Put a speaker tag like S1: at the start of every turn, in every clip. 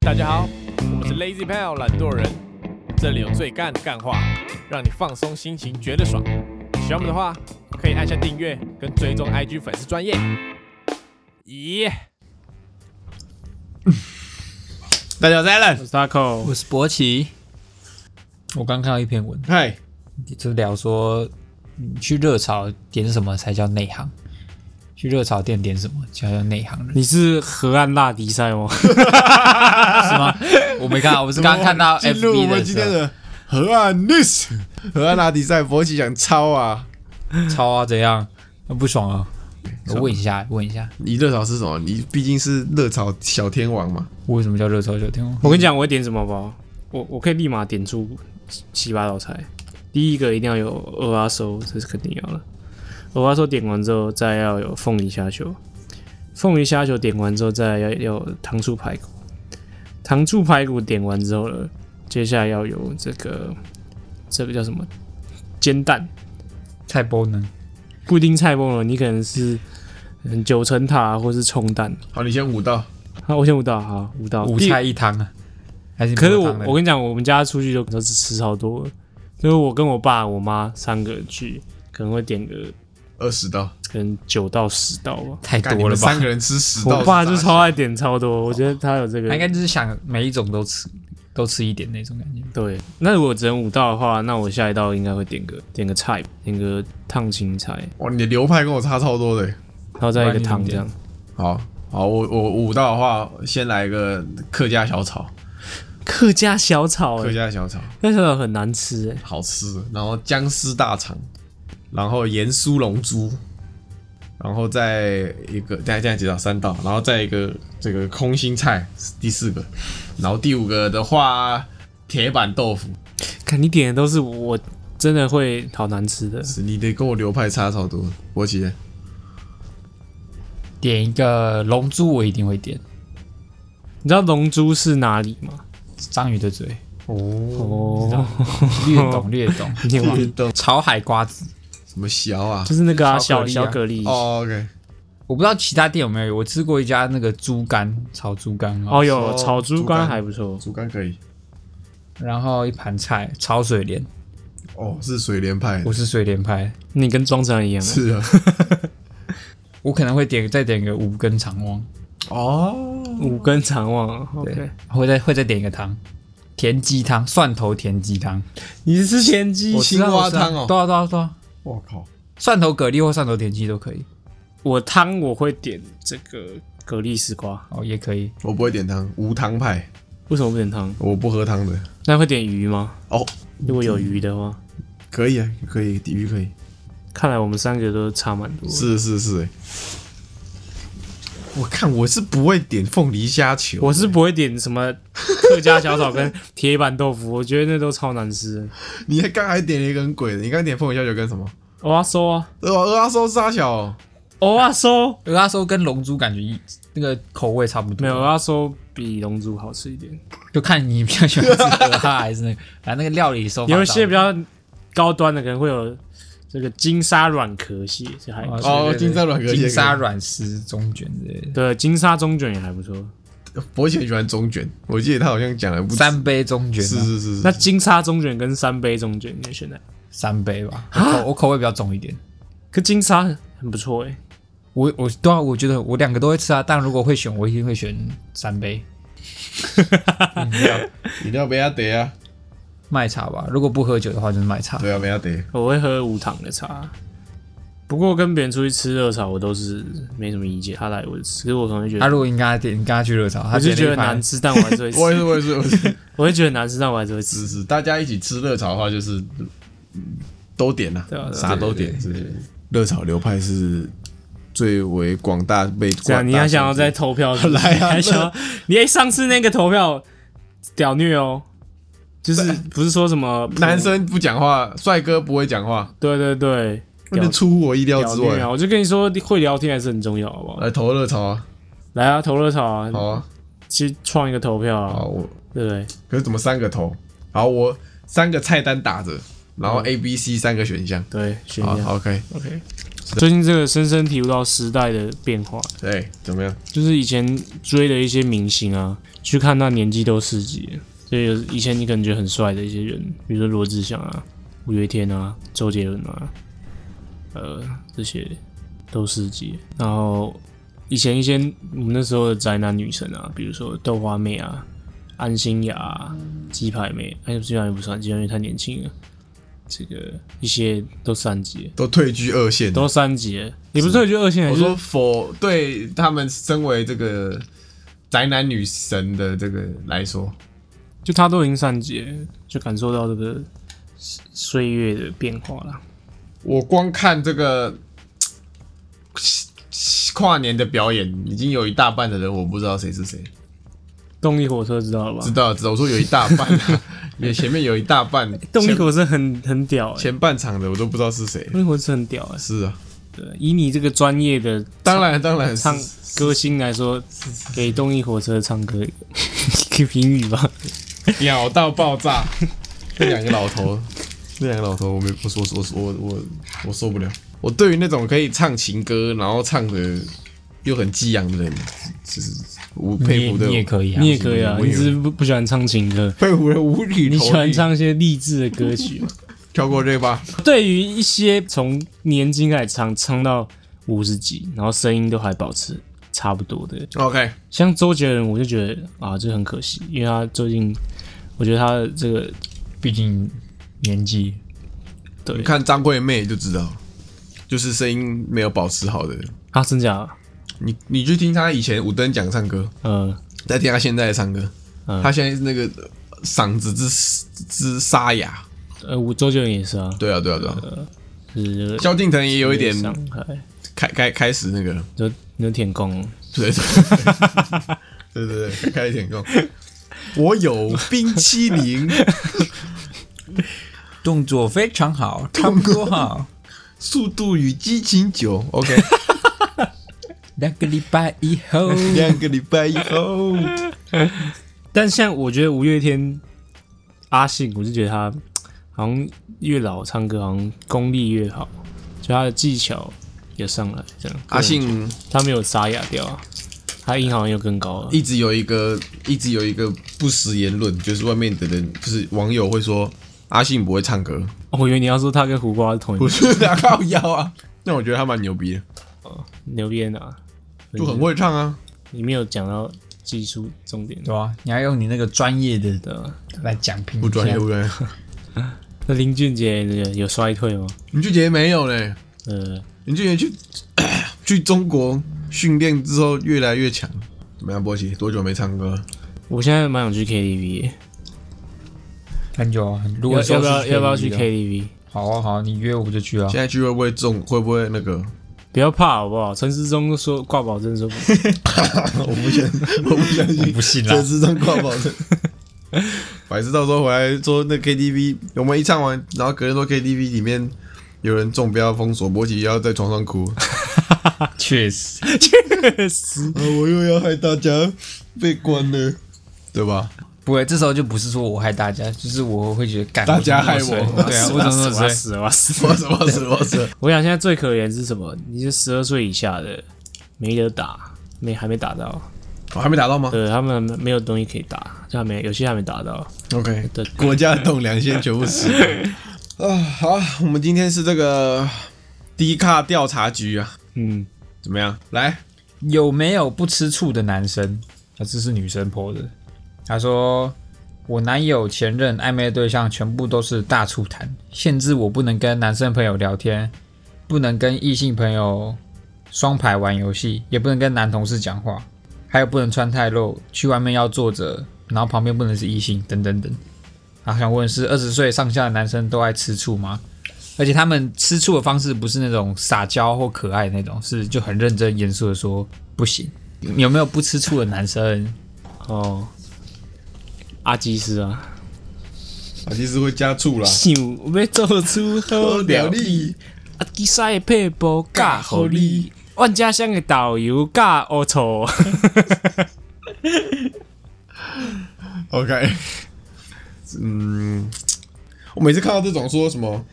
S1: 大家好，我们是 Lazy Pal 懒惰人，这里有最干的干话，让你放松心情，觉得爽。喜欢我们的话，可以按下订阅跟追踪 IG 粉丝专业。咦、
S2: 大家好，我是 Allen。
S1: Taco，
S3: 我是博奇。我刚看到一篇文，
S2: 嗨，
S3: 就是聊说你去热炒点什么才叫内行，去热炒店点什么才叫内行人，
S4: 你是河岸辣迪赛吗？
S3: 是吗？我没 看，我是刚看到
S2: 进入我
S3: FB
S2: 们
S3: 的
S2: 今天
S3: 时
S2: 的河岸 news，河岸拉迪赛，博奇想抄啊！
S3: 候，超啊怎样？很不爽啊！我问一下，问一下，
S2: 你热潮是什么？你毕竟是热潮小天王嘛。
S3: 我为什么叫热炒小天王？
S4: 我跟你讲，我会点什么吧？我我可以立马点出七八道菜。第一个一定要有鹅阿寿，这是肯定要的。鹅阿寿点完之后，再要有凤梨虾球，凤梨虾球点完之后，再要要有糖醋排骨，糖醋排骨点完之后呢，接下来要有这个这个叫什么煎蛋
S3: 菜包呢？
S4: 布丁菜包了，你可能是嗯九层塔或是冲蛋。
S2: 好，你先五道。
S4: 好，我先五道，好五道。
S3: 五
S4: 第
S3: 菜一汤啊？还是
S4: 可是
S3: 没有
S4: 我
S3: 汤的
S4: 我跟你讲，我们家出去都都是吃超多的，就是我跟我爸、我妈三个人去，可能会点个
S2: 二十道，
S4: 可能九到十道吧。
S3: 太
S2: 干你
S3: 多
S2: 们
S3: 了
S2: 三
S3: 吧？
S2: 个人吃十道，
S4: 我爸就超爱点超多，我觉得他有这
S3: 他应该
S4: 个。
S3: 就是想每一种都吃，都吃一点那种感觉。
S4: 对，那如果只能五道的话，那我下一道应该会点个点个菜，点个烫青菜，
S2: 哇！你的流派跟我差超多的欸。
S4: 然后再一个汤这样。
S2: 好好，我我五道的话，先来个客家小炒，
S4: 客家小炒、
S2: 客
S4: 欸，
S2: 家小炒
S4: 那小炒很难吃哎、
S2: 好吃。然后姜丝大肠，然后盐酥龙珠，然后再一个，大家这样介绍三道，然后再一个这个空心菜是第四个，然后第五个的话，铁板豆腐
S4: 看你点的都是我真的会好难吃的。
S2: 是你的跟我流派差超多，我姐
S3: 点一个龙珠，我一定会点
S4: 你知道龙珠是哪里吗？
S3: 章鱼的嘴，
S4: 哦，
S3: 略懂略懂。
S4: 你忘 了
S2: 豆
S3: 炒海瓜子，
S2: 哦什么小啊
S4: 就？是那个啊，
S3: 小蛤
S4: 小
S3: 蜊啊
S4: 小蛤蜊。
S2: 哦，OK，
S3: 我不知道其他店有没有，我吃过一家那个猪肝炒猪肝很好
S4: 哦，
S3: 吃，
S4: 有
S2: 哦
S4: 炒猪
S2: 猪肝
S4: 肝还不错，
S2: 竹竿可以。
S3: 然后一盘菜炒水莲，
S2: 哦，是水莲派的
S3: 我，是水莲派，
S4: 你跟庄成一样啊，
S2: 是啊。
S3: 我可能会点再点个五根肠旺，
S2: 哦，
S4: 五根肠旺啊。
S3: 对
S4: OK，
S3: 会再会再点一个汤，田鸡汤，蒜头田鸡汤，
S4: 你是吃田鸡
S2: 我？青蛙汤
S3: 对
S2: 哦，
S3: 啊对啊对啊，
S2: 我靠，
S3: 蒜头蛤蜊或蒜头田鸡都可以，
S4: 我汤我会点这个蛤蜊丝瓜，
S3: 哦也可以，
S2: 我不会点汤，无汤派，
S4: 为什么不点汤？
S2: 我不喝汤的。
S4: 那会点鱼吗？
S2: 哦，
S4: 如果有鱼的话，
S2: 可以啊，可以，底鱼可以，
S4: 看来我们三个都差蛮多。
S2: 是是是、欸。我看我是不会点凤梨虾球的，
S4: 我是不会点什么客家小炒跟铁板豆腐，我觉得那都超难吃的。
S2: 你刚才点了一个很鬼的，你刚才点凤梨虾球跟什么？
S4: 我要收啊，
S2: 呃，呃阿收沙小哦，
S4: 我要收，
S3: 有那时候跟龙珠感觉一那个口味差不多，
S4: 没有，我啊要收比龙珠好吃一点。
S3: 就看你比较喜欢吃蛤蜊还是那个，反正那个料理手法
S4: 有一些比
S3: 较
S4: 较高端的，可能会有这个金沙软壳蟹，这还、
S2: 哦金沙软壳蟹
S3: 金沙软丝中卷之类的。
S4: 对金沙中卷也还不错。
S2: 博姐很喜欢中卷，我记得他好像讲了不止
S3: 三杯中卷、啊，
S2: 是是是是，
S4: 那金沙中卷跟三杯中卷，你选哪？
S3: 三杯吧。我口我口味比较重一点，
S4: 可金沙很不错哎、
S3: 我我对啊，我觉得我两个都会吃啊，但如果会选，我一定会选三杯
S2: 饮料不要得啊，
S3: 麦茶吧。如果不喝酒的话，就是麦茶。
S2: 对啊，不要得，
S4: 我会喝无糖的茶。不过跟别人出去吃热炒，我都是没什么意见。他来我就吃，可是我可能会觉
S3: 他、
S4: 得，
S3: 如果应该点，你跟他去热炒，他
S4: 我就
S3: 点
S4: 觉
S3: 了
S4: 得
S3: 一盘
S4: 难，吃，但我还是会
S2: 我也
S4: 吃。
S2: 是我也是我也是，
S4: 我会觉得难吃，但我还是会
S2: 是
S4: 吃。
S2: 是，大家一起吃热炒的话就是嗯都点啊
S4: 对啊，对啊
S2: 啥都点，是是热炒流派是最为广大被
S4: 这啊样你还想要再投票是不是
S2: 来啊
S4: 你还想要？你哎，上次那个投票屌虐哦，就是不是说什么
S2: 男生不讲话，帅哥不会讲话，
S4: 对对对，
S2: 那
S4: 屌
S2: 就出乎我意料
S4: 屌
S2: 之
S4: 虐
S2: 外
S4: 啊！。我就跟你说，会聊天还是很重要，好不好？
S2: 来投热潮啊！
S4: 来啊，投热炒啊，
S2: 好啊，
S4: 去创一个投票啊，
S2: 好我，
S4: 对不对？
S2: 可是怎么三个投？好，我三个菜单打着，然后 A、B、C 三个选项。
S4: 对，选
S2: 好
S4: 一下。
S2: ，OK，
S4: OK，最近这个深深体悟到时代的变化，
S2: 哎对，怎么样？
S4: 就是以前追的一些明星啊，去看那年纪都四级了，所以有以前你感觉很帅的一些人，比如说罗志祥啊、五月天啊、周杰伦啊，呃，这些都四级。然后以前一些我们那时候的宅男女神啊，比如说豆花妹啊、安心雅、啊、鸡排妹，哎，鸡排妹不算，鸡排妹太年轻了。这个一些都三级了，
S2: 都退居二线。
S4: 都三级了，也不是退居二线，
S2: 我
S4: 就是
S2: 说否对他们身为这个宅男女神的这个来说，
S4: 就他都已经三级了，就感受到这个岁岁月的变化了。
S2: 我光看这个跨年的表演，已经有一大半的人我不知道谁是谁。
S4: 动力火车知道了
S2: 知
S4: 吧？
S2: 道知道，我说有一大半、啊，也前面有一大半。
S4: 动力
S2: 前
S4: 火车很很屌哎、
S2: 前半场的我都不知道是谁。
S4: 动力火车很屌哎、
S2: 是啊，
S4: 对，以你这个专业的
S2: 当然当然是
S4: 唱歌星来说，给动力火车唱 歌一个评语吧。
S2: 屌到爆炸。这两个老头，这两个老头，我没我说我我我我受不了。我对于那种可以唱情歌，然后唱的又很激昂的人，就是我佩服的。
S3: 你也可以啊
S4: 你，也可以啊，
S2: 我以为
S4: 你只是不不喜欢唱情歌，
S2: 佩服的无厘头。
S4: 你喜欢？唱一些励志的歌曲吗。
S2: 跳过这吧。
S4: 对于一些从年轻开始唱唱到五十几，然后声音都还保持差不多的，
S2: OK，
S4: 像周杰伦，我就觉得啊，这很可惜，因为他最近，我觉得他的这个
S3: 毕竟年纪
S4: 对
S2: 你，看张惠妹就知道，就是声音没有保持好的。
S4: 啊，真假的？
S2: 你你去听她以前五等奖唱歌，
S4: 呃，
S2: 再听她现在唱歌，
S4: 嗯
S2: 她现在那个嗓子之之沙哑。
S4: 呃，我周杰伦也是啊，
S2: 对啊，对啊，对啊。
S4: 是
S2: 萧敬腾也有一点
S4: 伤害，
S2: 开开开始那个了，
S4: 就呃有舔共，
S2: 对对 对对对，开一点够。我有冰淇 淋，
S3: 动作非常好，差不多哈。
S2: 速度与激情九，OK，
S3: 两个礼拜以后，
S2: 两个礼拜以后，
S4: 但像我觉得五月天、阿信，我就觉得他好像越老唱歌好像功力越好，就他的技巧也上来，这样
S2: 阿信
S4: 他没有沙哑掉啊，他音好像又更高了。
S2: 一直有一个一直有一个不实言论，就是外面的人，就是网友会说阿信不会唱歌，
S4: 哦我以为你要说他跟胡瓜是同一
S2: 不
S4: 个
S2: 是打靠腰啊。那我觉得他蛮牛逼的，
S4: 牛逼的啊，
S2: 就很会唱啊。
S4: 你没有讲到技术重点。
S3: 对啊，你要用你那个专业的
S4: 对啊，
S3: 来讲评
S2: 不专业，
S3: 一下
S2: 不专业。
S4: 那林俊杰这个有衰退吗？
S2: 林俊杰没有嘞，
S4: 呃，
S2: 林俊杰去 去中国训练之后越来越强。怎么样，波奇？多久没唱歌了？
S4: 我现在蛮想去 KTV，耶
S3: 很久啊。如
S4: 要
S3: 果
S4: 要不要要不要去
S3: K？
S4: KTV？
S3: 好啊，好啊，你约我就去啊。
S2: 现在去会不会中？会不会那个？
S4: 不要怕好不好？陈世忠说挂保证说不，
S2: 我不相，我不相信，
S3: 不信啦
S2: 这哎是张挂保 证。百事到时候回来说那 KTV，我们一唱完，然后隔天说 KTV 里面有人中标封锁，波奇要在床上 哭。
S3: 确实，
S2: 啊，我又要害大家被关了，对吧？
S3: 不会，这时候就不是说我害大家，就是我会觉得干
S2: 大家害我
S3: 怎么 那么衰对啊，我怎么那么
S4: 我要
S3: 衰？
S4: 死我要死！啊
S2: 我操！我操！我操！
S4: 我想现在最可怜是什么？你是十二岁以下的，没得打，没还没打到，呃
S2: 我哦还没打到吗
S4: 对他们没有东西可以打，就还没有些还没打到。
S2: ？OK，
S4: 对，
S2: 国家的栋梁先全部 死了啊！好啊，我们今天是这个低卡调查局啊，
S4: 嗯，
S2: 怎么样？来，
S3: 有没有不吃醋的男生？啊，这是女生 PO 的。她说：“我男友前任暧昧的对象全部都是大醋坛，限制我不能跟男生朋友聊天，不能跟异性朋友双排玩游戏，也不能跟男同事讲话，还有不能穿太露，去外面要坐着，然后旁边不能是异性，等等等。”啊，想问是二十岁上下的男生都爱吃醋吗？而且他们吃醋的方式不是那种撒娇或可爱的那种，是就很认真严肃的说不行。有没有不吃醋的男生？
S4: 哦，阿基斯啊，
S2: 啊，其实会加醋啦。
S4: 想要做 出好料理。
S2: 理，
S4: 啊，比赛的配布教互你，万家香的导游教乌 醋，
S2: OK，嗯，我每次看到这种说什么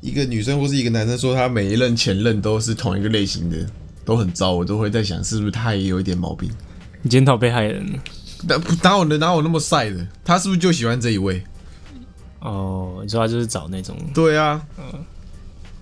S2: 一个女生或是一个男生说他每一任前任都是同一个类型的，都很糟，我都会在想是不是他也有一点毛病。
S4: 你检讨被害人了，
S2: 哪哪有哪有那么晒的？他是不是就喜欢这一位？
S4: 哦，你说他就是找那种，
S2: 对啊，
S4: 嗯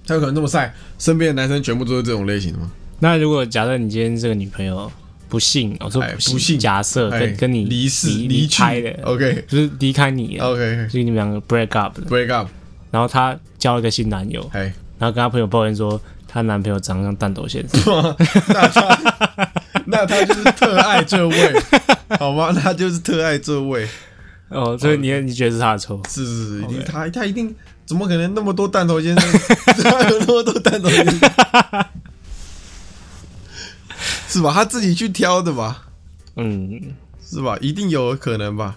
S2: 他有可能那么晒，身边的男生全部都是这种类型的吗？
S4: 那如果假设你今天这个女朋友不幸，我说
S2: 哎
S4: 不
S2: 不幸
S4: 假设
S2: 哎
S4: 呃跟跟你
S2: 离世
S4: 离哦
S2: 去
S4: 开的，
S2: ，OK
S4: 就是离开你了，
S2: OK
S4: 就是你们两个 break up 了，
S2: break up，
S4: 然后她交了一个新男友，
S2: 哎，
S4: 然后跟她朋友抱怨说她男朋友长得像蛋斗先生，
S2: 那他 那他就是特爱这 位，好吗？那他就是特爱这位，
S4: 哦，所以你你觉得是她的错？
S2: 是是是，一定他他一定怎么可能那么多弹头先生？ 他有那么多弹头先生， 是吧？他自己去挑的吧？
S4: 嗯，
S2: 是吧？一定有可能吧？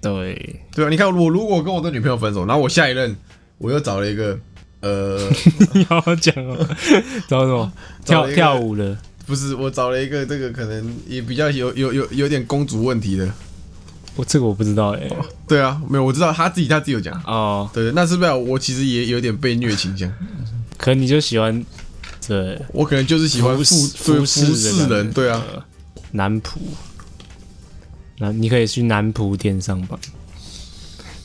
S4: 对，
S2: 对啊，你看我如果跟我的女朋友分手，然后我下一任我又找了一个呃，
S4: 你好好讲哦， 找什么跳
S2: 找了一个
S4: 跳舞的，
S2: 不是我找了一个这个可能也比较有有有有点公主问题的，
S4: 我这个我不知道哎、
S2: 对啊，没有我知道他自己他自己有讲，
S4: 哦，
S2: 对，那是不是啊我其实也有点被虐倾向？
S4: 可能你就喜欢对
S2: 我可能就是喜欢
S4: 服
S2: 服
S4: 服
S2: 对
S4: 侍
S2: 服侍
S4: 的感
S2: 人，
S4: 觉
S2: 对啊，
S4: 男仆，那你可以去男仆店上班，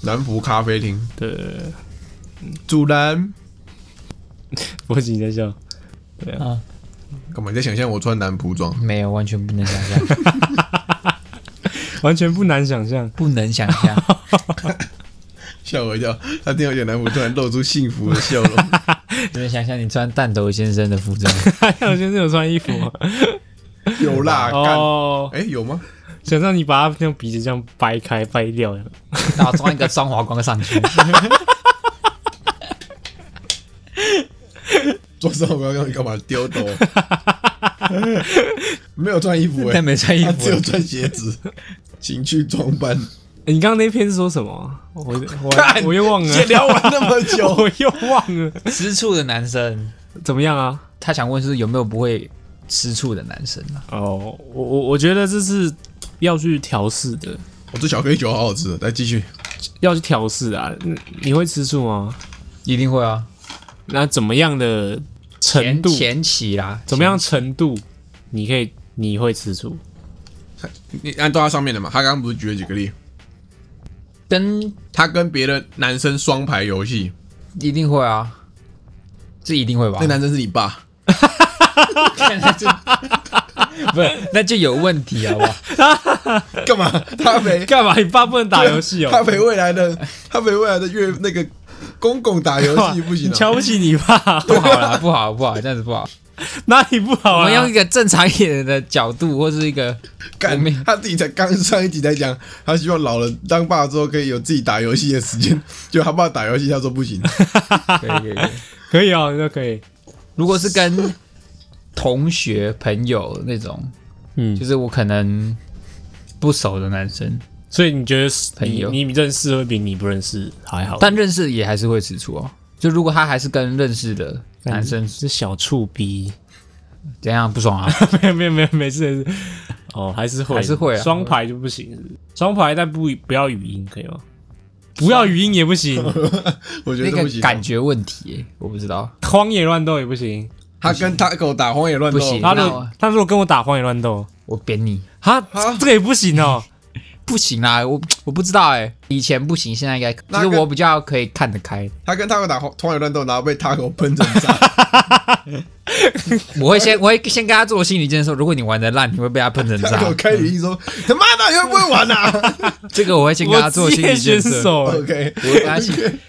S2: 南湖咖啡厅
S4: 对。
S2: 主人。
S4: 我紧在笑，
S2: 干嘛？你在想象我穿男仆装？
S3: 没有，完全不能想 象，
S4: 完全不难想 象。
S3: 不能想象。
S2: 吓我一跳！他听到有男仆，突然露出幸福的笑 容。
S3: 你们想象你穿蛋头先生的服 装，
S4: 我先生有穿衣 服吗？
S2: 有啦，干
S4: 哦，
S2: 哎、有吗？
S4: 想让你把他用鼻子这样掰开掰掉，
S3: 然后装一个双华光上 去，
S2: 桌上我刚刚你干嘛丢 头？没有穿衣服哎、
S3: 但没穿衣
S2: 他
S3: 服
S2: 只。有穿鞋子，情趣装扮。
S4: 你刚刚那篇是说什么？我我
S2: 干
S4: 我又忘了，
S2: 先聊完那么久，
S4: 我又忘了，
S3: 吃醋的男生，
S4: 怎么样啊？
S3: 他想问是有没有不会吃醋的男生啊？
S4: 哦，我我我觉得这是要去调试的，
S2: 我这小黑球好好吃的，来继续。
S4: 要去调试啊。你你会吃醋吗？
S3: 一定会啊，
S4: 那怎么样的程
S3: 前
S4: 度？
S3: 前期啦，
S4: 怎么样程度？你可以你会吃醋？
S2: 你按照他上面的嘛，他刚刚不是举了几个例？
S3: 跟
S2: 他跟别的男生双排游戏，
S3: 一定会啊，这一定会吧
S2: 那？男生是你爸，
S3: 那就不是，那就有问题啊好不好？
S2: 干嘛？他陪
S4: 干嘛？你爸不能打游戏哦
S2: 他？陪未来的他陪未来的月那个公公打游戏不行、
S4: 你
S2: 啊，
S4: 瞧不起你爸？
S3: 不好啦，不好，不好，这样子不好。
S4: 哪里不好
S3: 我
S4: 啊？
S3: 们用一个正常一点的角度，或是一个
S2: 干
S3: 我们
S2: 他自己才刚上一集在讲，他希望老了当爸之后可以有自己打游戏的时间，就他爸打游戏，他说不行，
S3: 可以可以可以。
S4: 可以啊，那可以。
S3: 如果是跟同学、朋友那种，
S4: 嗯
S3: 就，是我可能不熟的男生，
S4: 所以你觉得是
S3: 朋友
S4: 你你认识会比你不认识还好？
S3: 但认识也还是会吃醋哦。就如果他还是跟认识的男生，
S4: 是小醋逼，
S3: 怎样不爽啊？
S4: 没有没有没有，没事没事。哦，还是会
S3: 还是会啊
S4: 双排就不行，双排但不不要语音可以吗？不要语音也不行，
S2: 我觉
S3: 那
S2: 得
S3: 个
S2: 不行。啊
S3: 感觉问题耶、我不知道。
S4: 荒野乱斗也啊不行。
S2: 他跟他狗打荒野乱斗，
S3: 不行
S4: 他如
S3: 那
S4: 果
S3: 我
S4: 他如果跟我打荒野乱斗，
S3: 我扁你
S4: 哈，这个也不行 哦。
S3: 不行啦，我我不知道哎、以前不行，现在应该
S2: 那
S3: 就是
S2: 跟
S3: 我比较可以看得开，
S2: 他跟他狗打荒荒野乱斗，然后被他狗喷成渣，
S3: 我会先我会先跟他做心理建设，如果你玩的烂，你会被他喷成
S2: 他
S3: 渣
S2: 狗。开语音说：“他妈的，你会不会玩啊，
S3: 这个我会先跟他
S4: 我
S3: 做
S4: 职
S3: 心
S4: 业
S3: 理
S4: 选
S3: 建设。
S4: 手
S2: ？”OK，
S3: 我会跟他心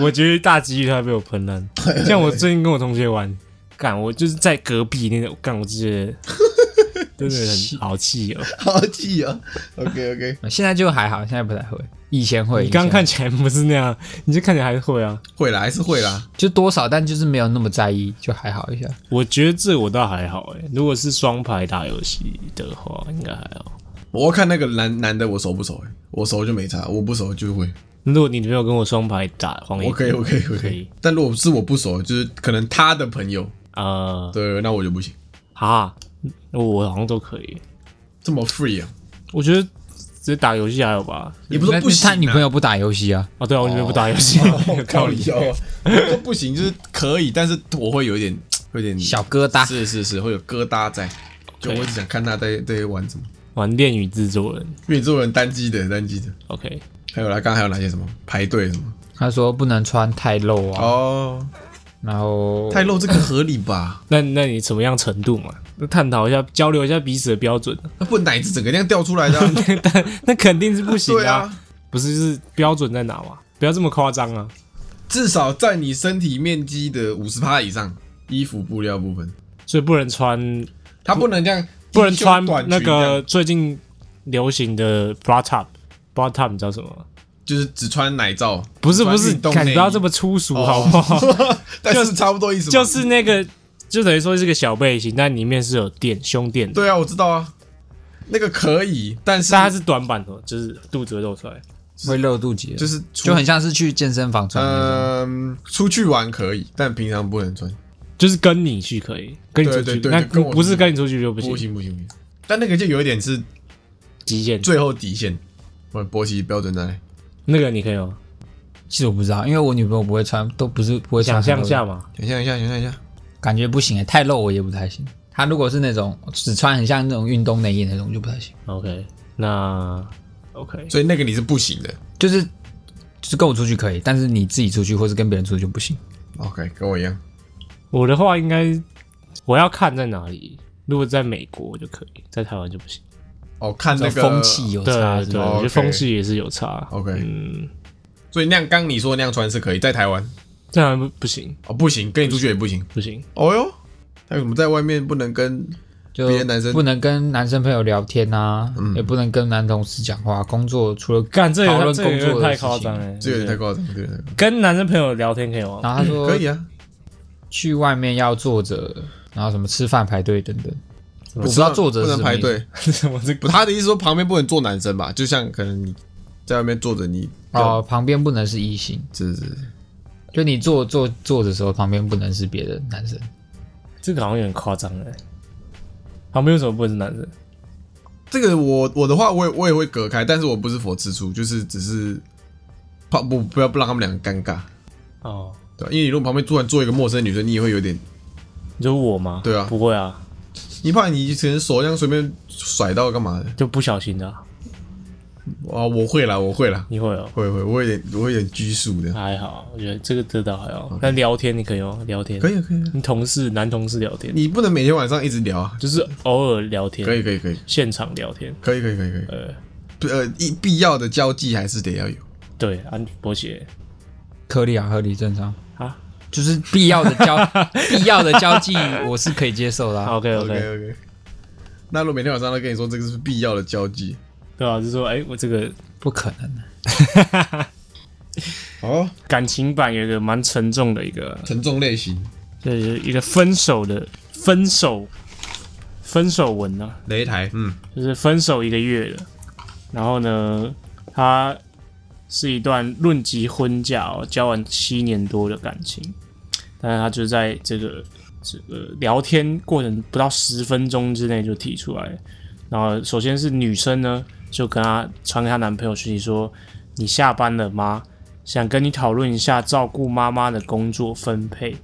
S4: 我觉得大几率他会被我喷烂。像我最近跟我同学玩，干我就是在隔壁那种干，我就觉得 真的很好气 哦。
S2: 好气啊！OK OK，
S3: 现在就还好，现在不太会，以前会。
S4: 你刚
S3: 以前
S4: 看起来不是那样，你这看起来还是会啊。
S2: 会啦，还是会啦。
S3: 就多少，但就是没有那么在意，就还好一下。
S4: 我觉得这我倒还好哎、如果是双排打游戏的话，应该还好。
S2: 我要看那个男男的我熟不熟、欸，我熟就没差，我不熟就会。
S4: 如果你没有跟我双排打黄
S2: 我
S4: 衣，
S2: 可以，我可以，我
S4: 可
S2: 可
S4: 以
S2: 以。但如果是我不熟，就是可能他的朋友，
S4: 呃，
S2: 对，那我就不行。
S4: 哈，我好像都可以。
S2: 这么 free 啊，
S4: 我觉得直接打游戏还有吧？
S2: 也不是说
S3: 那
S2: 不行、啊。
S3: 他女朋友不打游戏啊，
S4: 哦，对啊，我女朋友不打游戏， 有道
S2: 靠
S4: 理
S2: 理。由啊，说不行就是可以，但是我会有一点，有点
S3: 小疙瘩。
S2: 是是是，会有疙瘩在，就我一直想看他在在玩什么。
S4: 玩恋与制作人
S2: 因为你这种人单机的，单机的。
S4: ，OK，
S2: 还有啦，刚刚还有哪些什么排队什么？
S3: 他说不能穿太露啊，
S2: 哦，
S3: 然后
S2: 太露这个合理 吧？
S4: 那那你什么样程度嘛？那探讨一下，交流一下彼此的标准，
S2: 那不奶子整个那样掉出来的啊、
S4: 那肯定是不行
S2: 对
S4: 的啊、
S2: 啊，
S4: 不是就是标准在哪嘛？不要这么夸张啊！
S2: 至少占你身体面积的五十趴以上，衣服布料部分，
S4: 所以不能穿，
S2: 它不能这样，
S4: 不能穿
S2: 低胸短裙
S4: 那
S2: 这
S4: 个
S2: 样，
S4: 最近流行的 bra top，bra top 你知道什么吗？
S2: 就是只穿奶罩，
S4: 不是
S2: 只穿
S4: 不是，
S2: 运动
S4: 看你
S2: 内
S4: 不要
S2: 衣
S4: 这么粗俗
S2: 哦
S4: 好不好？
S2: 但是差不多意思嘛。
S4: 就是那个，就等于说是个小背心，但里面是有垫胸垫的，
S2: 对啊，我知道啊，那个可以，但是
S4: 但它是短版的，就是肚子会露出来。
S3: 会露肚脐，
S2: 就是出
S3: 就很像是去健身房穿的那种。
S2: 嗯，出去玩可以，但平常不能穿，
S4: 就是跟你去可以，跟你出去，
S2: 对对对
S4: 那
S2: 跟我
S4: 不是跟你出去就不
S2: 不
S4: 行，
S2: 行不行不行。但那个就有一点是
S4: 极限。
S2: 最后底线，我的勃起标准在哪里？
S4: 那个你可以吗？
S3: 其实我不知道，因为我女朋友不会穿，都不是不会穿
S4: 想
S3: 很露
S4: 象
S3: 的。
S4: 下嘛，
S2: 想象一下，想象一下，
S3: 感觉不行、欸，太露我也不太行。她如果是那种只穿很像那种运动内衣那种就不太行，
S4: OK，那 OK，
S2: 所以那个你是不行的。
S3: 就是就是跟我出去可以，但是你自己出去或是跟别人出去就不行。
S2: OK，跟我一样，
S4: 我的话应该我要看在哪里。如果在美国就可以，在台湾就不行。
S2: 哦，看那
S3: 那
S2: 个
S3: 种风气。有
S4: 对
S3: 差
S4: 啊
S3: 是
S4: 对
S3: 吧？
S4: 啊，我觉
S2: OK
S4: 得风气也是有差。
S2: OK
S4: 嗯，
S2: 所以那样刚你说那样穿是可以，在台湾
S4: 在台湾不不行
S2: 哦不行，跟你出去也不行。
S4: 不行，
S2: 哦哟，还有什么在外面不能跟？
S3: 就
S2: 别的男生嗯
S3: 不能跟男生朋友聊天啊，也不能跟男同事讲话。工作除了
S4: 干这
S3: 讨
S4: 个
S3: 论
S4: 这个有点
S3: 工作的
S4: 太
S3: 事情
S4: 夸张了，
S2: 这个有点太夸张，这个有点太夸张
S4: 跟男生朋友聊天可以吗？
S3: 然后他说
S2: 可以啊，
S3: 去外面要坐着，然后什么吃饭排队等等。我
S2: 我
S3: 不知道坐着
S2: 不
S3: 是
S2: 能
S3: 什么
S2: 排
S3: 意思，
S2: 队。
S4: 什么这
S2: 不，他的意思说旁边不能坐男生吧？就像可能你在外面坐着，你
S3: 哦，旁边不能是异性，
S2: 这是
S3: 就你坐坐坐的时候，旁边不能是别的男生。
S4: 这个好像有点夸张哎。旁边为什么不能是男生？
S2: 这个我我的话，我也我也会隔开，但是我不是佛吃醋，就是只是怕不不要不让他们两个尴尬，
S4: 哦，
S2: 对吧？因为你如果旁边突然坐一个陌生的女生，你也会有点，
S4: 你说我吗？
S2: 对啊
S4: 不会啊，
S2: 你怕你可能手这样随便甩到干嘛的
S4: 就不小心的啊、
S2: 啊？我会啦，我会啦，
S4: 你会哦？
S2: 会会，我有点我有点拘束的，
S4: 还好，我觉得这个这倒还好。那聊天你可以吗？聊天
S2: 可以啊可以啊，
S4: 跟同事男同事聊天，
S2: 你不能每天晚上一直聊啊，
S4: 就是偶尔聊天，
S2: 可以可以可以
S4: 现场聊天。
S2: 可以可以可以可以
S4: 呃，
S2: 不，呃，一必要的交际还是得要有，
S4: 对，安伯杰
S3: 合理啊，合理正常
S4: 啊。
S3: 就是必要的 交必要的交际，我是可以接受的、啊。
S4: ，OK
S2: OK
S4: OK，
S2: OK。那如果每天晚上都跟你说这个是必要的交际，
S4: 对啊，就说哎，我这个
S3: 不可能的，
S2: 哦，
S4: 感情版有一个蛮沉重的一个，
S2: 沉重类型，
S4: 就是一个分手的分手分手文啊，
S2: 擂台，嗯，
S4: 就是分手一个月了，然后呢，他是一段论及婚嫁、哦、交往七年多的感情，但是他就在这个这个聊天过程不到十分钟之内就提出来，然后首先是女生呢就跟她传给她男朋友讯息说：“你下班了吗？想跟你讨论一下照顾妈妈的工作分配。”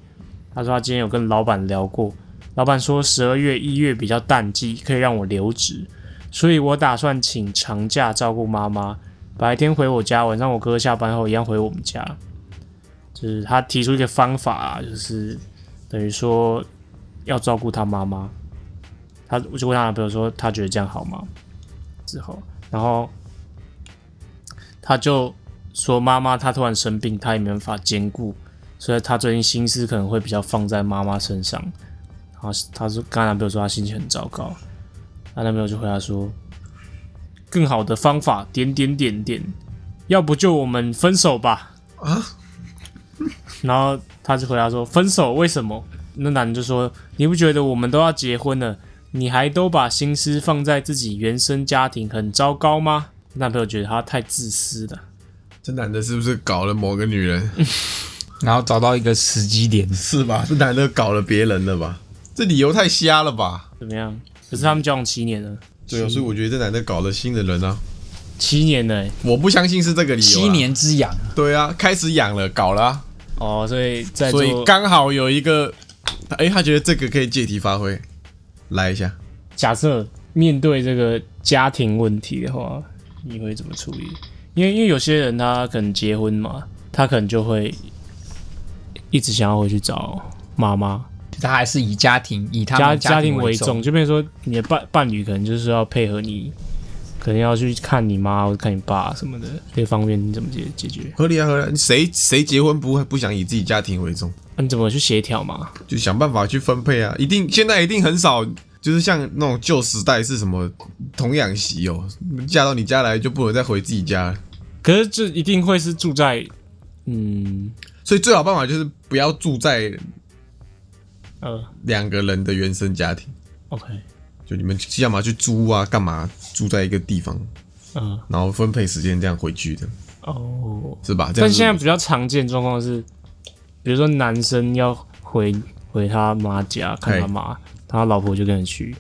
S4: 她说她今天有跟老板聊过，老板说十二月、一月比较淡季，可以让我留职。所以我打算请长假照顾妈妈，白天回我家，晚上我哥下班后一样回我们家。就是他提出一个方法啊，就是等于说要照顾他妈妈。他我就问他男朋友说，他觉得这样好吗？之后，然后他就说妈妈她突然生病，他也没办法兼顾，所以他最近心思可能会比较放在妈妈身上。然后他说，跟他男朋友说他心情很糟糕，她男朋友就回答说：“更好的方法，点点点点，要不就我们分手吧。”
S2: 啊？
S4: 然后他就回答说：“分手为什么？”那男人就说：“你不觉得我们都要结婚了，你还都把心思放在自己原生家庭，很糟糕吗？”男朋友觉得他太自私了，
S2: 这男的是不是搞了某个女人？
S3: 然后找到一个时机点，
S4: 啊
S2: 是吧？这男的搞了别人了吧？这理由太瞎了吧？
S4: 怎么样？可是他们交往七年了，
S2: 对啊，所以我觉得这男的搞了新的人啊，
S4: 七年了欸，
S2: 我不相信是这个理由。
S3: 七，年之痒啊，
S2: 对啊，开始养了，搞了啊、
S4: 哦，所以在
S2: 所以
S4: 做
S2: 刚好有一个，哎，他觉得这个可以借题发挥，来一下，
S4: 假设面对这个家庭问题的话，你会怎么处理？因为因为有些人他可能结婚嘛，他可能就会一直想要回去找妈妈，
S3: 他还是以家庭以他
S4: 家
S3: 们
S4: 家
S3: 庭
S4: 庭为
S3: 重
S4: 重，，就变成说你的伴伴侣可能就是要配合你，可能要去看你妈或者看你爸什么的，这方面你怎么解解决？
S2: 合理啊，合理啊。谁谁结婚不不想以自己家庭为重，
S4: 啊那、你怎么去协调嘛？
S2: 就想办法去分配啊。一定现在一定很少，就是像那种旧时代是什么童养媳哦，嫁到你家来就不能再回自己家了。
S4: 可是这一定会是住在嗯
S2: 所以最好办法就是不要住在
S4: 呃
S2: 两个人的原生家庭，
S4: OK
S2: 就你们要么去租啊，干嘛住在一个地方，
S4: 呃
S2: 然后分配时间这样回去的，
S4: 哦，
S2: 是吧？这样
S4: 但
S2: 子
S4: 现在比较常见状况是，比如说男生要回回他妈家看他妈，他老婆就跟着去。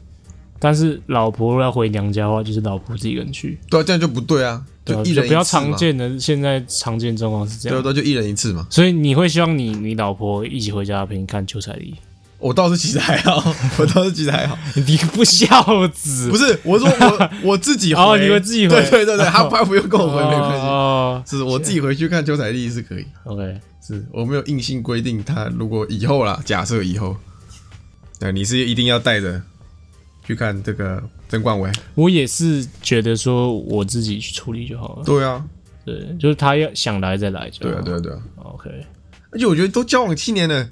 S4: 但是老婆要回娘家的话，就是老婆自己一个人去，
S2: 对啊，这样就不对啊，
S4: 对啊，
S2: 一人一次嘛
S4: 比较常，见的，现在常见状况是这
S2: 对啊，
S4: 样。
S2: 对啊就一人一次嘛。
S4: 所以你会希望你你老婆一起回家陪你看邱彩丽？
S2: 我倒是其实还好，我倒是其实还好，
S4: 你不孝子，
S2: 不是我说我 我自己回
S4: 哦你会自己回
S2: 对对 对对，他他不用跟我回没关系，
S4: 哦
S2: 是我自己回去看邱彩丽是可以，
S4: ，OK，
S2: 是我没有硬性规定他，如果以后啦，假设以后，对，你是一定要带着去看这个曾冠伟，
S4: 我也是觉得说我自己去处理就好了。
S2: 对啊，
S4: 对，就是他要想来再来就
S2: 对
S4: 好。
S2: 啊，对啊，对啊，
S4: ，OK，
S2: 而且我觉得都交往七年了，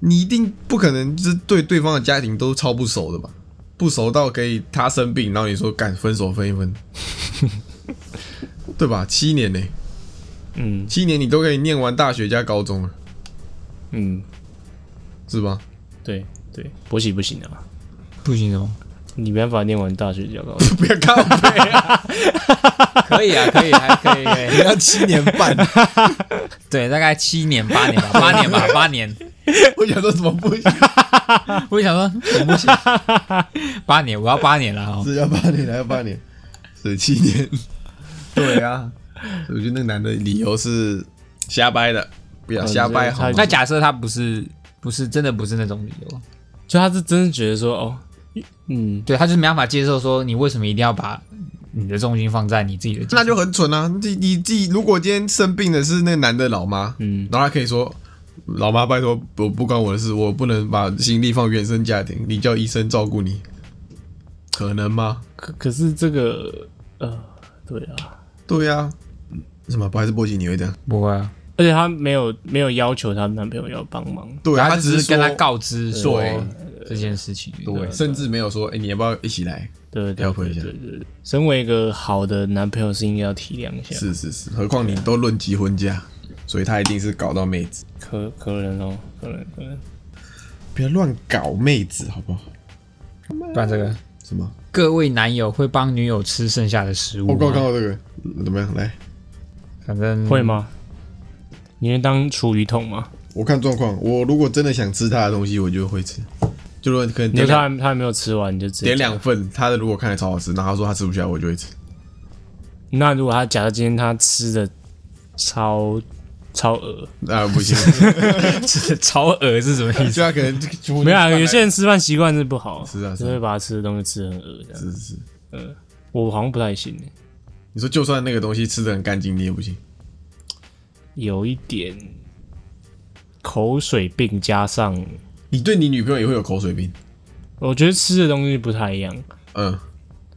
S2: 你一定不可能就是对对方的家庭都超不熟的吧？不熟到可以他生病，然后你说干分手分一 分，对吧？七年呢、
S4: 嗯
S2: 七年你都可以念完大学加高中了，
S4: 嗯，
S2: 是 吧？
S4: 对对，博喜不行啊，
S3: 不行什么？
S4: 你没办法念完大学就要高中。
S2: 不要靠背，
S3: 可以啊，可以，还可以，可以。
S2: 不要七年半，
S3: 对，大概七年八年 吧，八年吧，八年。
S2: 我想说怎么不行？
S3: 我就想说，我不行， 八年，我要八年了哦。
S2: 是要八年还要八年？是七年？对啊，我觉得那个男的理由是瞎掰的，不要瞎掰好吗？
S3: 那假设他不是不是真的不是那种理由，
S4: 就他是真的觉得说，哦，嗯，
S3: 对他就是没办法接受说你为什么一定要把你的重心放在你自己的家
S2: 那就很蠢啊！你你自己如果今天生病的是那个男的老妈，嗯，然后他可以说。老妈，拜托，不不关我的事，我不能把精力放原生家庭，你叫医生照顾你，可能吗？
S4: 可可是这个，呃，对啊，
S2: 对呀、啊，嗯什么？不还是波吉你会这样？
S3: 不会啊，
S4: 而且她没有没有要求她男朋友要帮忙，
S2: 对啊，
S3: 他
S2: 只
S3: 只是跟他
S2: 说，
S3: 告知说
S2: 对
S3: 这件事情。
S2: 对，啊甚至没有说，哎、你要不要一起来？
S4: 对对对
S2: 要回一下
S4: 对对对，身为一个好的男朋友是应该要体谅一下，
S2: 是是是，何况你都论及婚嫁，所以他一定是搞到妹子，
S4: 可可能哦，可能可能，
S2: 不要乱搞妹子，好不好？
S3: 不然这个
S2: 什么？
S3: 各位男友会帮女友吃剩下的食
S2: 我
S3: 物
S2: 刚刚看
S3: 吗，
S2: 到这个怎么样？来，
S3: 反正
S4: 会？吗？你会当厨余桶吗？
S2: 我看状况，我如果真的想吃他的东西，我就会吃，就如果可能
S4: 你
S2: 点
S4: 就
S2: 两
S4: 他他还没有吃完你就直接
S2: 点，两份，他的如果看起来超好吃，然后他说他吃不下，我就会吃。
S4: 那如果他假设今天他吃的超超额，
S2: 啊，不行，
S3: 超恶是什么意思？
S2: 就他可能
S4: 没有、啊，有些人吃饭习惯是不好，
S2: 是啊是
S4: 就
S2: 啊
S4: 会把他吃的东西吃得很恶这样。
S2: 是是是，
S4: 我好像不太行欸，
S2: 你说就算那个东西吃的很干净，你也不行。
S4: 有一点口水病加上，
S2: 你对你女朋友也会有口水病，
S4: 我觉得吃的东西不太一样。
S2: 嗯，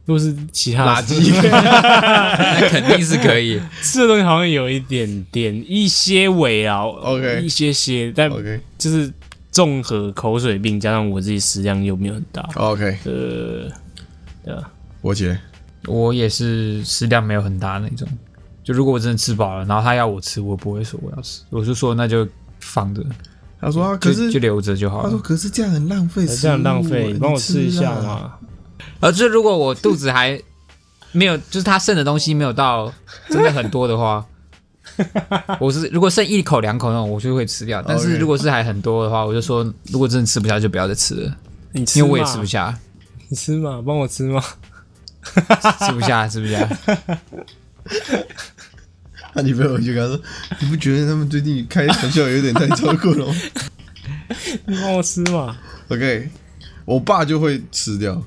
S4: 如果是其他的
S2: 垃圾，
S3: 那肯定是可以。
S4: 吃的东西好像有一点点一些微啊
S2: OK
S4: 一些些，但
S2: OK
S4: 就是综合口水病加上我自己食量又没有很大，
S2: OK，
S4: 呃，
S2: 我起来，
S3: 我也是食量没有很大那种，就如果我真的吃饱了，然后他要我吃，我不会说我要吃，我是说那就放着，
S2: 他说啊，
S3: 就就留着就好
S2: 他说：“
S3: 了。
S2: 可是这样很浪费，
S4: 啊呃这样浪费，你帮我吃一下
S2: 嘛。
S4: 嘛。
S3: 而这如果我肚子还没有，就是他剩的东西没有到真的很多的 话，我是如果剩一口两口那种，我就会吃掉。但是
S2: OK
S3: 如果是还很多的话，我就说如果真的吃不下就不要再吃了，
S4: 你吃
S3: 因为我也
S4: 嘛
S3: 吃不，下，
S4: 你吃嘛，帮我吃嘛。
S3: 吃不下，吃不下。
S2: 他女朋友就跟他说：“你不觉得他们最近开玩笑有点太超过 了吗
S4: 你帮我吃嘛。
S2: ？”OK，我爸就会吃掉，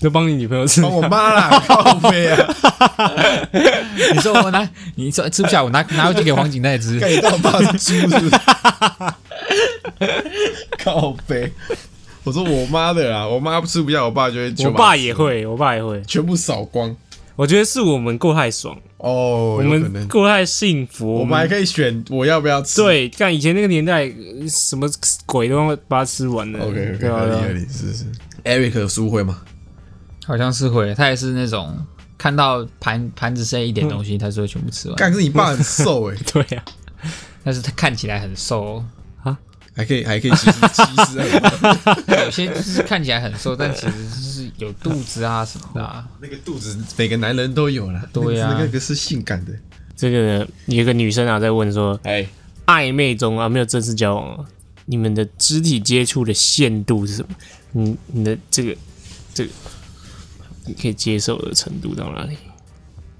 S4: 就帮你女朋友吃
S2: 帮。我妈 啦，靠背啊，
S3: 你说我拿，你说吃不下，我拿拿回去给黄景泰 吃。
S2: 看你当我爸是猪 是不是？靠背，我说我妈的啦，我妈吃不下，我爸就会全
S4: 我
S2: 把
S4: 爸也会，我爸也会。
S2: 全部扫光
S4: 我觉得是我们过太爽，
S2: 哦，
S4: 我
S2: 有可
S4: 们
S2: 能。
S4: 过太幸福，
S2: 我
S4: 我
S2: 们还可以选我要不要吃。
S4: 对，像以前那个年代，呃什么鬼都把它吃完了。
S2: ，OK OK，
S4: 对啊
S2: 合理
S4: 对啊
S2: 合理，是是。Eric 有书会吗？
S3: 好像是会，他也是那种看到盘盘子剩一点东西，他就会全部吃完。
S2: 干，可是你爸很瘦哎，
S4: 对啊，
S3: 但是他看起来很瘦、哦，
S2: 还可以还可以其实其实很胖
S3: 有些就是看起来很瘦，但其实就是有肚子啊什么的、啊。
S2: 那个肚子每个男人都有啦。
S3: 对啊
S2: 那个那个是性感的。
S4: 这个有一个女生啊在问说，
S2: 哎，
S4: 暧昧中啊没有正式交往啊，你们的肢体接触的限度是什么？你你的这个这个你可以接受的程度到哪里？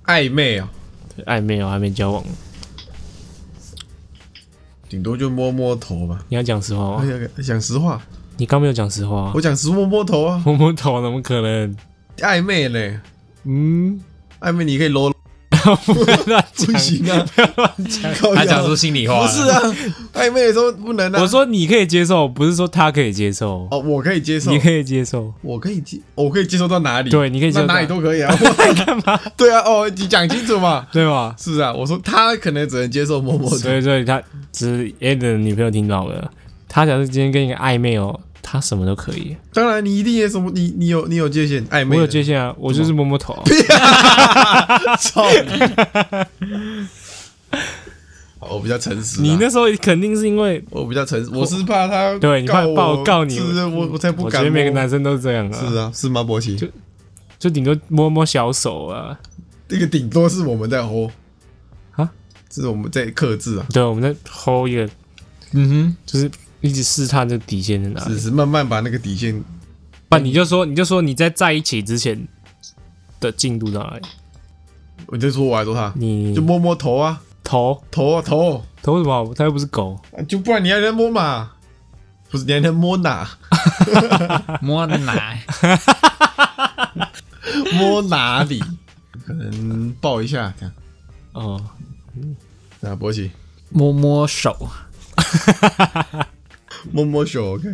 S2: 暧昧啊，
S4: 暧昧哦，还没交往，
S2: 顶多就摸摸头吧。
S4: 你要哦讲实话
S2: 哎
S4: 吗？
S2: 呀，讲实话，
S4: 你刚没有讲实话、啊，
S2: 我讲实摸摸头啊，
S4: 我摸头怎么可能？
S2: 暧昧嘞，
S4: 嗯，
S2: 暧昧你可以搂，
S4: 不要乱
S2: 不
S4: 讲。
S2: 行啊，靠
S3: 他
S2: 腰
S3: 讲出心里话
S2: 不
S3: 了，
S2: 是啊，暧昧的时候不能 啊。
S4: 我说你可以接受，不是说他可以接受，
S2: 哦，我可以接受
S4: 你，可以接受。
S2: 我可以接，我可以接受到哪里？
S4: 对你可以接受到
S2: 那哪里都可以啊。干嘛？ 对啊，哦，你讲清楚嘛，
S4: 对吧？
S2: 是不是啊？我说他可能只能接受摸摸头
S4: 所，以，所以他只是 A 的女朋友听到了，他假设今天跟一个暧昧哦，他什么都可以，
S2: 当然你一定也什么，你你有你有界限，暧
S4: 我
S2: 昧
S4: 有
S2: 的
S4: 界限啊，我就是摸摸 头啊，
S2: 操你！好我比较诚实啊，
S4: 你那时候肯定是因为，
S2: 我比较诚实，我是怕他
S4: 对啊你怕
S2: 我
S4: 报告你
S2: 是我我才不
S4: 我
S2: 敢
S4: 觉
S2: 摸。
S4: 得每个男生都是这样啊，
S2: 是啊，是吗？博奇
S4: 就，就顶多摸摸小手啊，
S2: 这个顶多是我们在吼
S4: 啊，
S2: 是我们在克制啊，
S4: 对，我们在 hold 一个，
S3: 嗯
S4: 就是一直试探这个底线在哪
S2: 只
S4: 里。
S2: 是慢慢把那个底线
S4: 不，你就说，你就说你在在一起之前的进度到哪里？
S2: 我就说我还说他，
S4: 你
S2: 就摸摸头啊，
S4: 头
S2: 头啊头，
S4: 头什么？他又不是狗，
S2: 就不然你还能摸嘛？不是你还能摸 哪？
S3: 哼，摸奶，
S2: 摸哪里？可能抱一下这样。
S4: 哦，
S2: 啊，博奇，
S3: 摸摸手，
S2: 摸摸手，OK，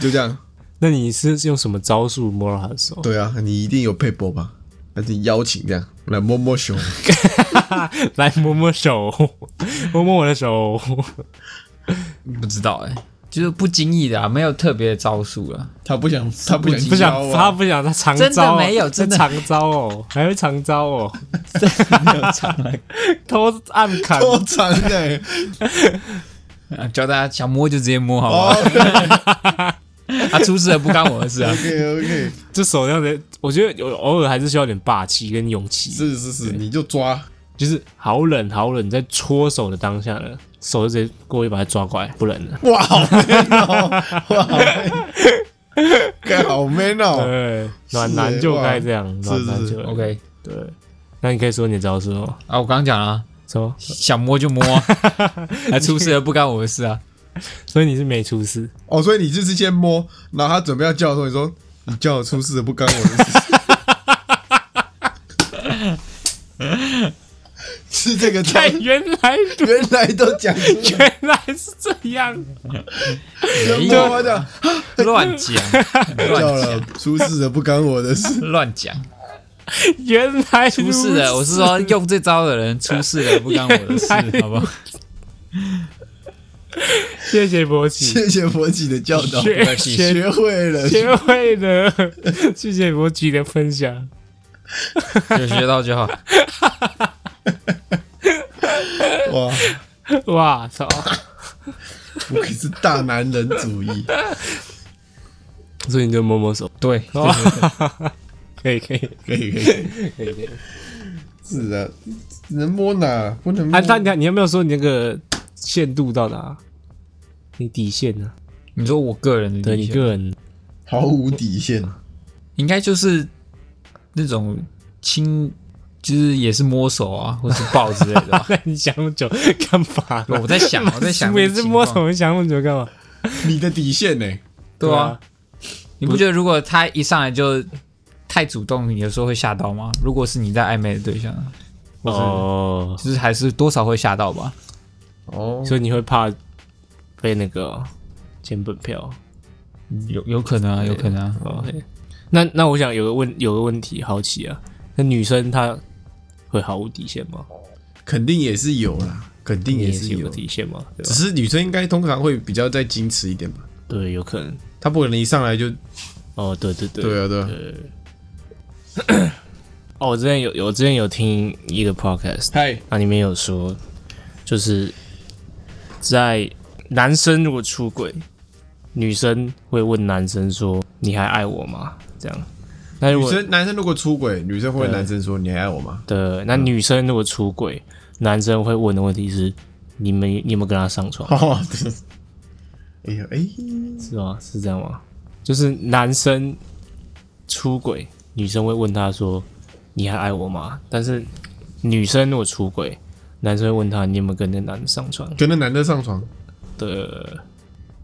S2: 就这样。
S4: 那你是用什么招数摸到他的手？
S2: 对啊，你一定有配播吧？还是邀请这样来摸摸熊？
S4: 来摸摸手， 摸摸我的手。
S3: 不知道哎、就是不经意的啊，没有特别的招数啊了。
S2: 他不 想，他不想
S4: 不想
S2: 邀，
S4: 他
S2: 啊，
S4: 不想，他长招、
S3: 真的 没有真的
S4: 他长招哦，还会长招哦，
S3: 没有常来
S4: 偷暗 砍，
S2: 多长的
S3: 啊教大家想摸就直接摸好不好？
S2: ？OK
S3: 啊，出事了不干我的事 啊。
S2: OK，
S4: 这手这样子，我觉得有偶尔还是需要点霸气跟勇气，
S2: 是是是，你就抓，
S4: 就是好冷好冷，在搓手的当下呢，手就直接过去把他抓过来，不冷了。
S2: 哇，好 man 哦，哇，好 man 干好 man 哦，
S4: 对，暖男就该这样，
S2: 是
S4: 暖男
S2: 是
S4: 就
S3: OK，
S4: 对。那你可以说你的招数哦，
S3: 啊，我刚刚讲了啊，
S4: 什 么？
S3: 想摸就摸 啊，啊，出事了不干我的事啊。
S4: 所以你是没出事，
S2: 哦，所以你就是先摸，然后他准备要叫的时候，你说你叫我出事了不干我的 事，是这个招
S4: 哎，，原来
S2: 原来都讲出来
S4: 原来是这样。
S2: 就摸摸的。
S3: 乱讲，
S2: 叫
S3: 乱
S2: 了
S3: 讲，，
S2: 出事了不干我的 事。
S3: 乱讲，
S4: 原来
S3: 出事了！我是说用这招的人出事 了，不干我的 事，好不好？
S4: 谢谢博奇，
S2: 谢谢佛吉的教导，
S4: 学学
S2: 学会了。
S4: 学会了， 谢谢博奇的分享。
S3: 有学到就好。
S2: 哇，
S4: 哇操！
S2: 我可是大男人主义。
S4: 所以你就摸摸手，
S3: 对，
S4: 可以可以。
S2: 可以可以可以可以。是啊，能摸哪不能摸
S4: 啊，。但你看你有没有说你那个限度到哪？你底线呢、
S3: 你说我个人的
S4: 对
S3: 理
S4: 你
S3: 解，
S4: 个人，
S2: 毫无底线。
S3: 应该就是那种亲，就是也是摸手啊，或是抱之类的 吧。
S4: 那你想那么久干嘛
S3: 我在 想， 我在想，
S4: 每次摸，手想那么久干嘛？
S2: 你的底线呢？
S3: 对啊，啊你不觉得如果他一上来就太主动，你有时候会吓到吗？如果是你在暧昧的对象，或是、
S4: 哦，
S3: 就是还是多少会吓到吧？
S2: 哦，
S4: 所以你会怕被那个哦捡本票
S3: 有有可能啊，有可能啊。
S4: 哦？嘿那那我想有个问有个问题好奇啊，那女生她会毫无底线吗？
S2: 肯定也是有啦，肯定
S4: 你
S2: 也
S4: 也
S2: 是
S4: 是有
S2: 有
S4: 个，底线嘛，对吧
S2: 只？是女生应该通常会比较再矜持一点吧，
S4: 对，有可能。
S2: 她不可能一上来就
S4: 哦，对对对，
S2: 对啊对啊，
S4: 哦，我之前有有我之前有听一个 podcast，
S2: 嗨，
S4: 那里面有说，就是在男生如果出轨，女生会问男生说：“你还爱我吗？”这样。那如
S2: 女
S4: 果
S2: 生男生如果出轨，女生会问
S4: 对
S2: 男生说你还爱我吗？
S4: 对，
S2: 嗯
S4: 那女生如果出轨，男生会问的问题是：“你们你有没有跟他上床
S2: 哦，对哎呀哎，？”
S4: 是吗？是这样吗？就是男生出轨，女生会问他说：“你还爱我吗？”但是女生如果出轨，男生会问他：“你有没有跟那男的上床
S2: 跟那男的上床，？”
S4: 对。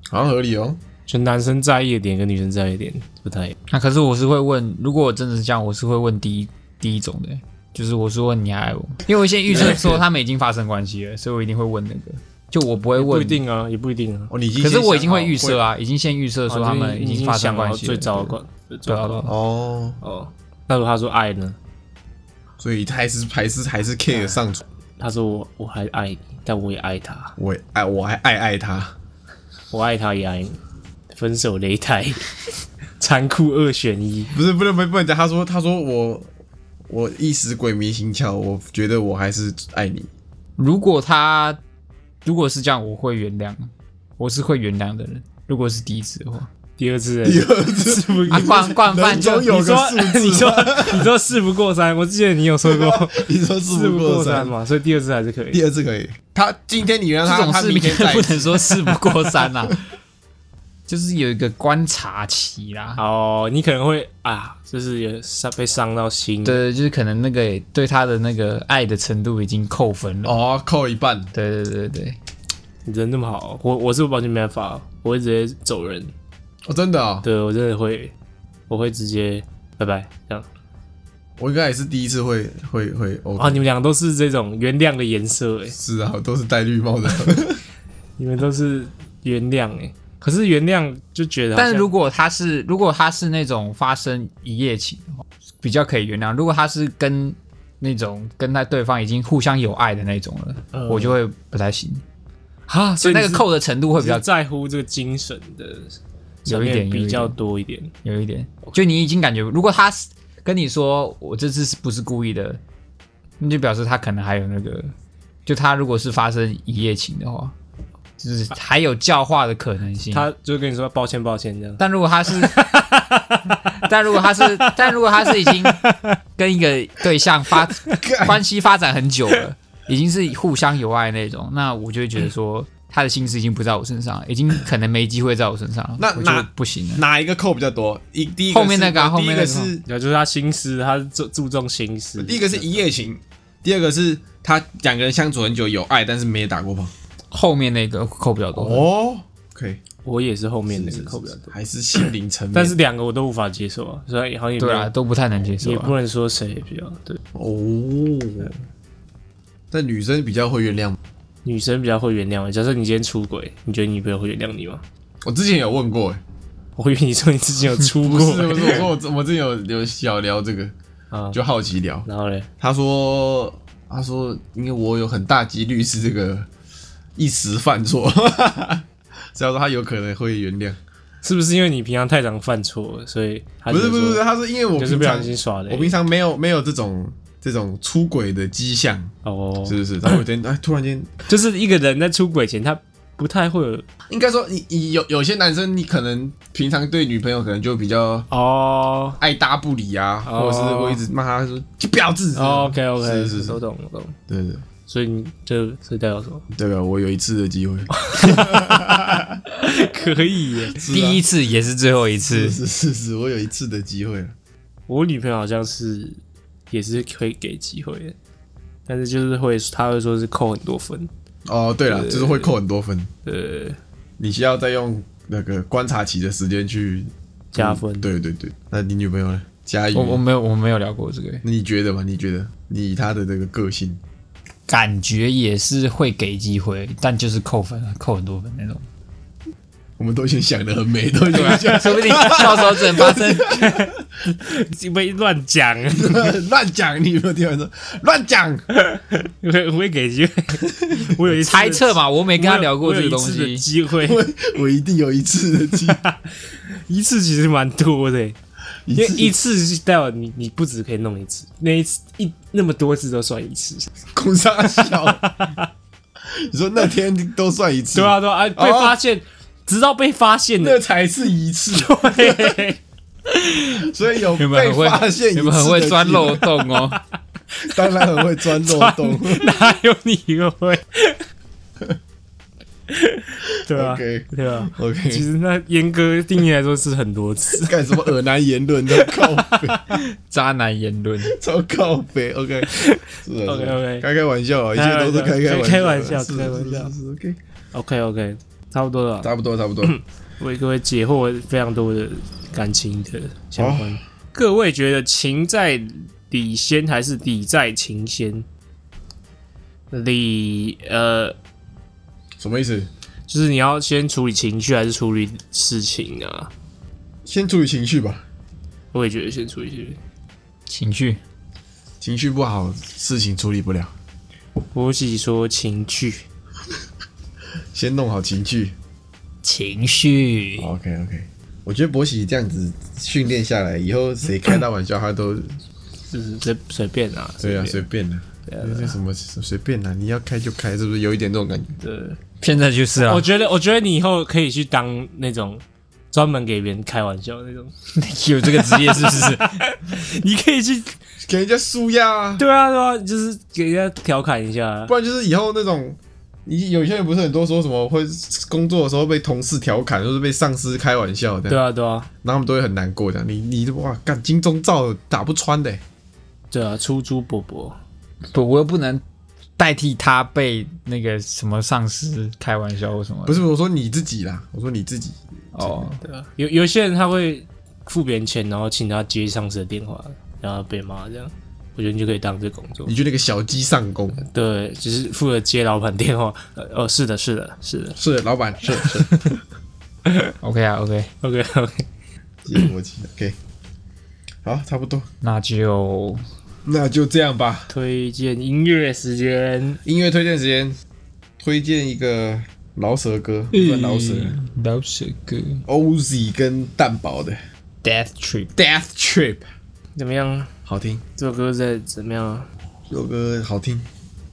S2: 好像合理哦。
S4: 就男生在意的点跟女生在意的点不太一样。
S3: 那、可是我是会问，如果我真的是这样，我是会问第一第一种的，就是我是问你还爱我，因为我先预测说他们已经发生关系了，所以我一定会问那个，就我不会
S4: 不
S3: 问
S4: 一。定啊，也不一定啊。
S2: 哦，你已经
S3: 可是
S2: 先想
S3: 我已经会预
S2: 好
S3: 设啊，已经先预测说他们
S4: 哦已
S3: 经发生
S4: 想好
S3: 关系了，
S4: 最糟的关，最
S3: 对啊
S4: 糟
S3: 对啊
S4: 的。
S2: 哦，
S4: 哦，那如果他说爱呢？
S2: 所以他还是还是还是 care 上床，
S4: 他说我我还爱你，但我也爱他，
S2: 嗯我爱哎我还爱爱他，
S4: 我爱他也爱你，分手擂台， 残酷二选一。
S2: 不是不能不能不能讲，他说他说我我一时鬼迷心窍，我觉得我还是爱你，
S3: 如果他如果是这样，我会原谅，我是会原谅的人。如果是第一次的话，
S4: 第二次，
S2: 第二次不
S3: 啊，惯惯犯
S2: 人
S3: 就
S2: 总有
S4: 你
S2: 个
S4: 说
S2: 数字吧，啊
S4: 你说你说事不过三，我之前 你有说 过
S2: 你说事
S4: 事不
S2: 不过
S4: 过
S2: 三
S4: 三
S2: 嘛，
S4: 嘛，所以第二次还是可以。
S2: 第二次可以。他今天你让
S3: 这
S2: 他，
S3: 种
S2: 他
S3: 事
S2: 明
S3: 明
S2: 天
S3: 天
S2: 再
S3: 不能说事不过三啦、 就是有一个观察期啦。
S4: 哦，你可能会啊，就是有伤被伤到心。
S3: 对，就是可能那个也对他的那个爱的程度已经扣分了。
S2: 哦，扣一半。
S3: 对对对对，
S4: 你人那么好，我我是完全没办法，我会直接走人。
S2: 哦，真的哦，
S4: 对我真的会，我会直接拜拜这样。
S2: 我应该也是第一次会会会哦
S4: 啊，你们两个都是这种原谅的颜色诶，
S2: 是啊，都是戴绿帽的。
S4: 你们都是原谅诶。可是原谅就觉得好像，
S3: 但是如果他是如果他是那种发生一夜情的话，比较可以原谅；如果他是跟那种跟他对方已经互相有爱的那种了，
S4: 嗯
S3: 我就会不太行。
S4: 啊，所
S3: 所以
S4: 以
S3: 那
S4: 你
S3: 个
S4: 是
S3: 扣的程度会比
S4: 比较
S3: 较
S4: 在乎这个精神的层
S3: 有一点
S4: 面
S3: 有一
S4: 比
S3: 点
S4: 较多一点。
S3: 有一点，就你已经感觉，如果他是跟你说我这次是不是故意的，那就表示他可能还有那个，就他如果是发生一夜情的话，就是还有教化的可能性。
S4: 他就跟你说抱歉抱歉这样，
S3: 但如果他是， 但如果他是，但如果他是已经跟一个对象发关系发展很久了，已经是互相有爱那种，那我就会觉得说他的心思已经不在我身上了，已经可能没机会在我身上了，
S2: 那
S3: 我就
S2: 那
S3: 不行了。
S2: 哪一个扣比较多？一第一个
S3: 后面那个啊
S2: 是
S3: 后面那个
S2: 第一是
S4: 然后就是他心思，他注注重心思。
S2: 第一个是一夜情，第二个是他两个人相处很久有爱，但是没打过炮。
S3: 后面那个扣比较多。
S2: 哦，OK，
S4: 我也是后面那个扣比较多，
S2: 还是心灵层面。
S4: 但是两个我都无法接受啊，所以好像也没
S3: 对
S4: 有
S3: 啊，都不太能接受、
S4: 也
S3: 啊。
S4: 不能说谁比较对。
S2: 哦，但女生比较会原谅。
S4: 女生比较会原谅。假设你今天出轨，你觉得你女朋友会原谅你吗？
S2: 我之前有问过，哎
S4: 我以为你说你之前有出
S2: 不
S4: 过、
S2: 是不是，我说我之我之前有有小聊这个，
S4: 啊，
S2: 就好奇聊。
S4: 然后嘞，
S2: 他说他说，因为我有很大几率是这个一时犯错， 所以他说他有可能会原谅。
S4: 是不是因为你平常太常犯错了，所以他
S2: 不是
S4: 就
S2: 不
S4: 说
S2: 是不是，他是因为我
S4: 就是
S2: 平
S4: 不
S2: 常
S4: 小心耍的？
S2: 我平常没有没有这种这种出轨的迹象，
S4: 哦，
S2: 是不是？然后有一天哎，突然间，
S4: 就是一个人在出轨前，他不太会有
S2: 应该说你你有有些男生，你可能平常对女朋友可能就比较
S4: 哦。
S2: 爱搭不理啊，或
S4: 哦
S2: 者是会一直骂他说“就婊子”
S4: 哦 OK OK，
S2: 是是
S4: 我
S2: 是，
S4: 懂我懂。
S2: 对对，
S4: 所以你这所以代表什么？
S2: 这个我有一次的机会，
S4: 可以耶，
S3: 第一次也是最后一次
S2: 是，是是是，我有一次的机会了。
S4: 我女朋友好像是也是可以给机会的，但是就是会她会说是扣很多分，
S2: 哦，对了，就是会扣很多分，
S3: 嗯
S4: 呃，
S2: 你需要再用那个观察期的时间去
S4: 加分。
S2: 对对对，那你女朋友呢？佳宇，
S3: 我我没有我没有聊过这个，
S2: 那你觉得吧？你觉得你以她的这个个性，
S3: 感觉也是会给机会，但就是扣分，扣很多分那种。
S2: 我们都已经想得很美， 都已经想
S3: 说不定到时候真的发生。
S4: 你不会乱讲，啊
S2: 乱讲，你有没有听完说乱讲？
S4: 我 会我会给机会。 我有一次的
S3: 猜测，嘛，我没跟他聊过
S4: 我有
S3: 这个东
S4: 我有一次的机
S3: 西。
S4: 会，
S2: 我我一定有一次的机，
S4: 一次其实蛮多的欸，
S2: 一
S4: 因为
S2: 次
S4: 一次是代表你你不止可以弄一次，那一次一那么多次都算一次。
S2: 公杀小。你说那天都算一次，
S4: 对啊，对啊，啊
S3: 哦
S4: 被发现，直到被发现
S2: 那
S4: 的，
S2: 才是一次，
S4: 对，
S2: 所以有
S3: 你们
S2: 被
S3: 很会
S2: 发现一次，
S3: 你们很会钻漏，洞哦。
S2: 当然很会钻漏洞。
S4: 哪有你一个 会？对啊
S2: OK
S4: 对 啊。其
S2: OK，
S4: 实那严格定义来说是很多 次，
S2: 干什么恶男言论都靠北
S3: 渣男言论，
S2: 超靠北，OK，是的，是的
S4: OK，OK
S2: 开开玩笑啊，一切都是开
S4: 开
S2: 玩
S4: 玩
S2: 笑
S4: 笑
S2: 的，是的
S4: 开玩
S2: 是的
S4: 笑
S2: 是的，OK，
S4: OK OK，差不多了，
S2: 差不多，差不多，
S4: 啊为各位解惑非常多的感情的相关。各位觉得情在理先还是理在情先？理呃，
S2: 什么意思？
S4: 就是你要先处理情绪还是处理事情啊？
S2: 先处理情绪吧，
S4: 我也觉得先处理情绪。
S3: 情绪
S2: 情绪不好，事情处理不了，
S4: 我自己说情绪，
S2: 先弄好情绪。
S3: 情绪
S2: OK OK，我觉得博喜这样子训练下来，以后谁开他玩笑，他都
S4: 就是随随便啊，
S2: 对
S4: 随
S2: 啊，嗯随便的，那什么随便啦，你要开就开，是不是有一点这种感觉？
S4: 便。
S3: 现在就是啊
S4: 我，觉得，我觉得你以后可以去当那种专门给别人开玩笑的 那种，
S3: 有这个职业是不是？
S4: 你可以去，
S2: 给人家输压啊，
S4: 对啊，对啊，就是给人家调侃一下
S2: 不。然就是以后那种。你有些人不是很多说什么会工作的时候被同事调侃，或是被上司开玩笑这
S4: 对
S2: 样，
S4: 啊，对啊，
S2: 然后他们都会很难过这样。你你哇，干金钟罩打不穿的欸、
S4: 对啊，出租伯伯，
S3: 不，我又不能代替他被那个什么上司开玩笑或什么的。
S2: 不是我说你自己啦，我说你自己，
S3: 哦，
S4: 对啊，有有些人他会付别人钱，然后请他接上司的电话，然后被骂这样。我觉得你就可以当这工作
S2: 你，就那个小鸡上弓，
S4: 对，就是负责接老板电话。呃哦，是的，是的，是的。
S2: 是老板，是是，
S3: OK 啊，OK，
S4: OK OK，
S2: 接逻辑，OK，好，差不多，
S3: 那就
S2: 那就这样吧。
S4: 推荐音乐时间，
S2: 音乐推荐时间，推荐一个饶舌歌，不算饶舌
S3: 老舍歌
S2: ，OZ 跟蛋堡的
S3: Death Trip，
S2: Death Trip，
S4: 怎么样？
S2: 好听，
S4: 这首歌在怎么样啊？
S2: 这首歌好听，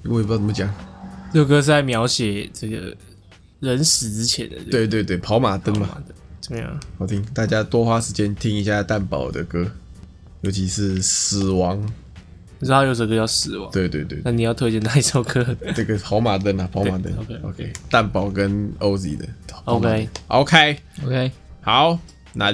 S2: 我也不知道怎么讲。
S4: 这首歌是在描写这个人死之前的这个
S2: 对对对，跑马灯嘛，
S4: 嘛的，怎么样？
S2: 好听，大家多花时间听一下蛋堡的歌，尤其是死亡。
S4: 你知道他有首歌叫《死亡》，
S2: 对对 对，
S4: 那你要推荐哪一首歌
S2: 这个跑马灯啊，跑马灯。
S4: 对
S2: OK，
S4: ，OK，OK
S2: 蛋堡跟 OZ 的。跑马灯
S4: ？OK，
S2: OK，
S3: OK，
S2: 好，那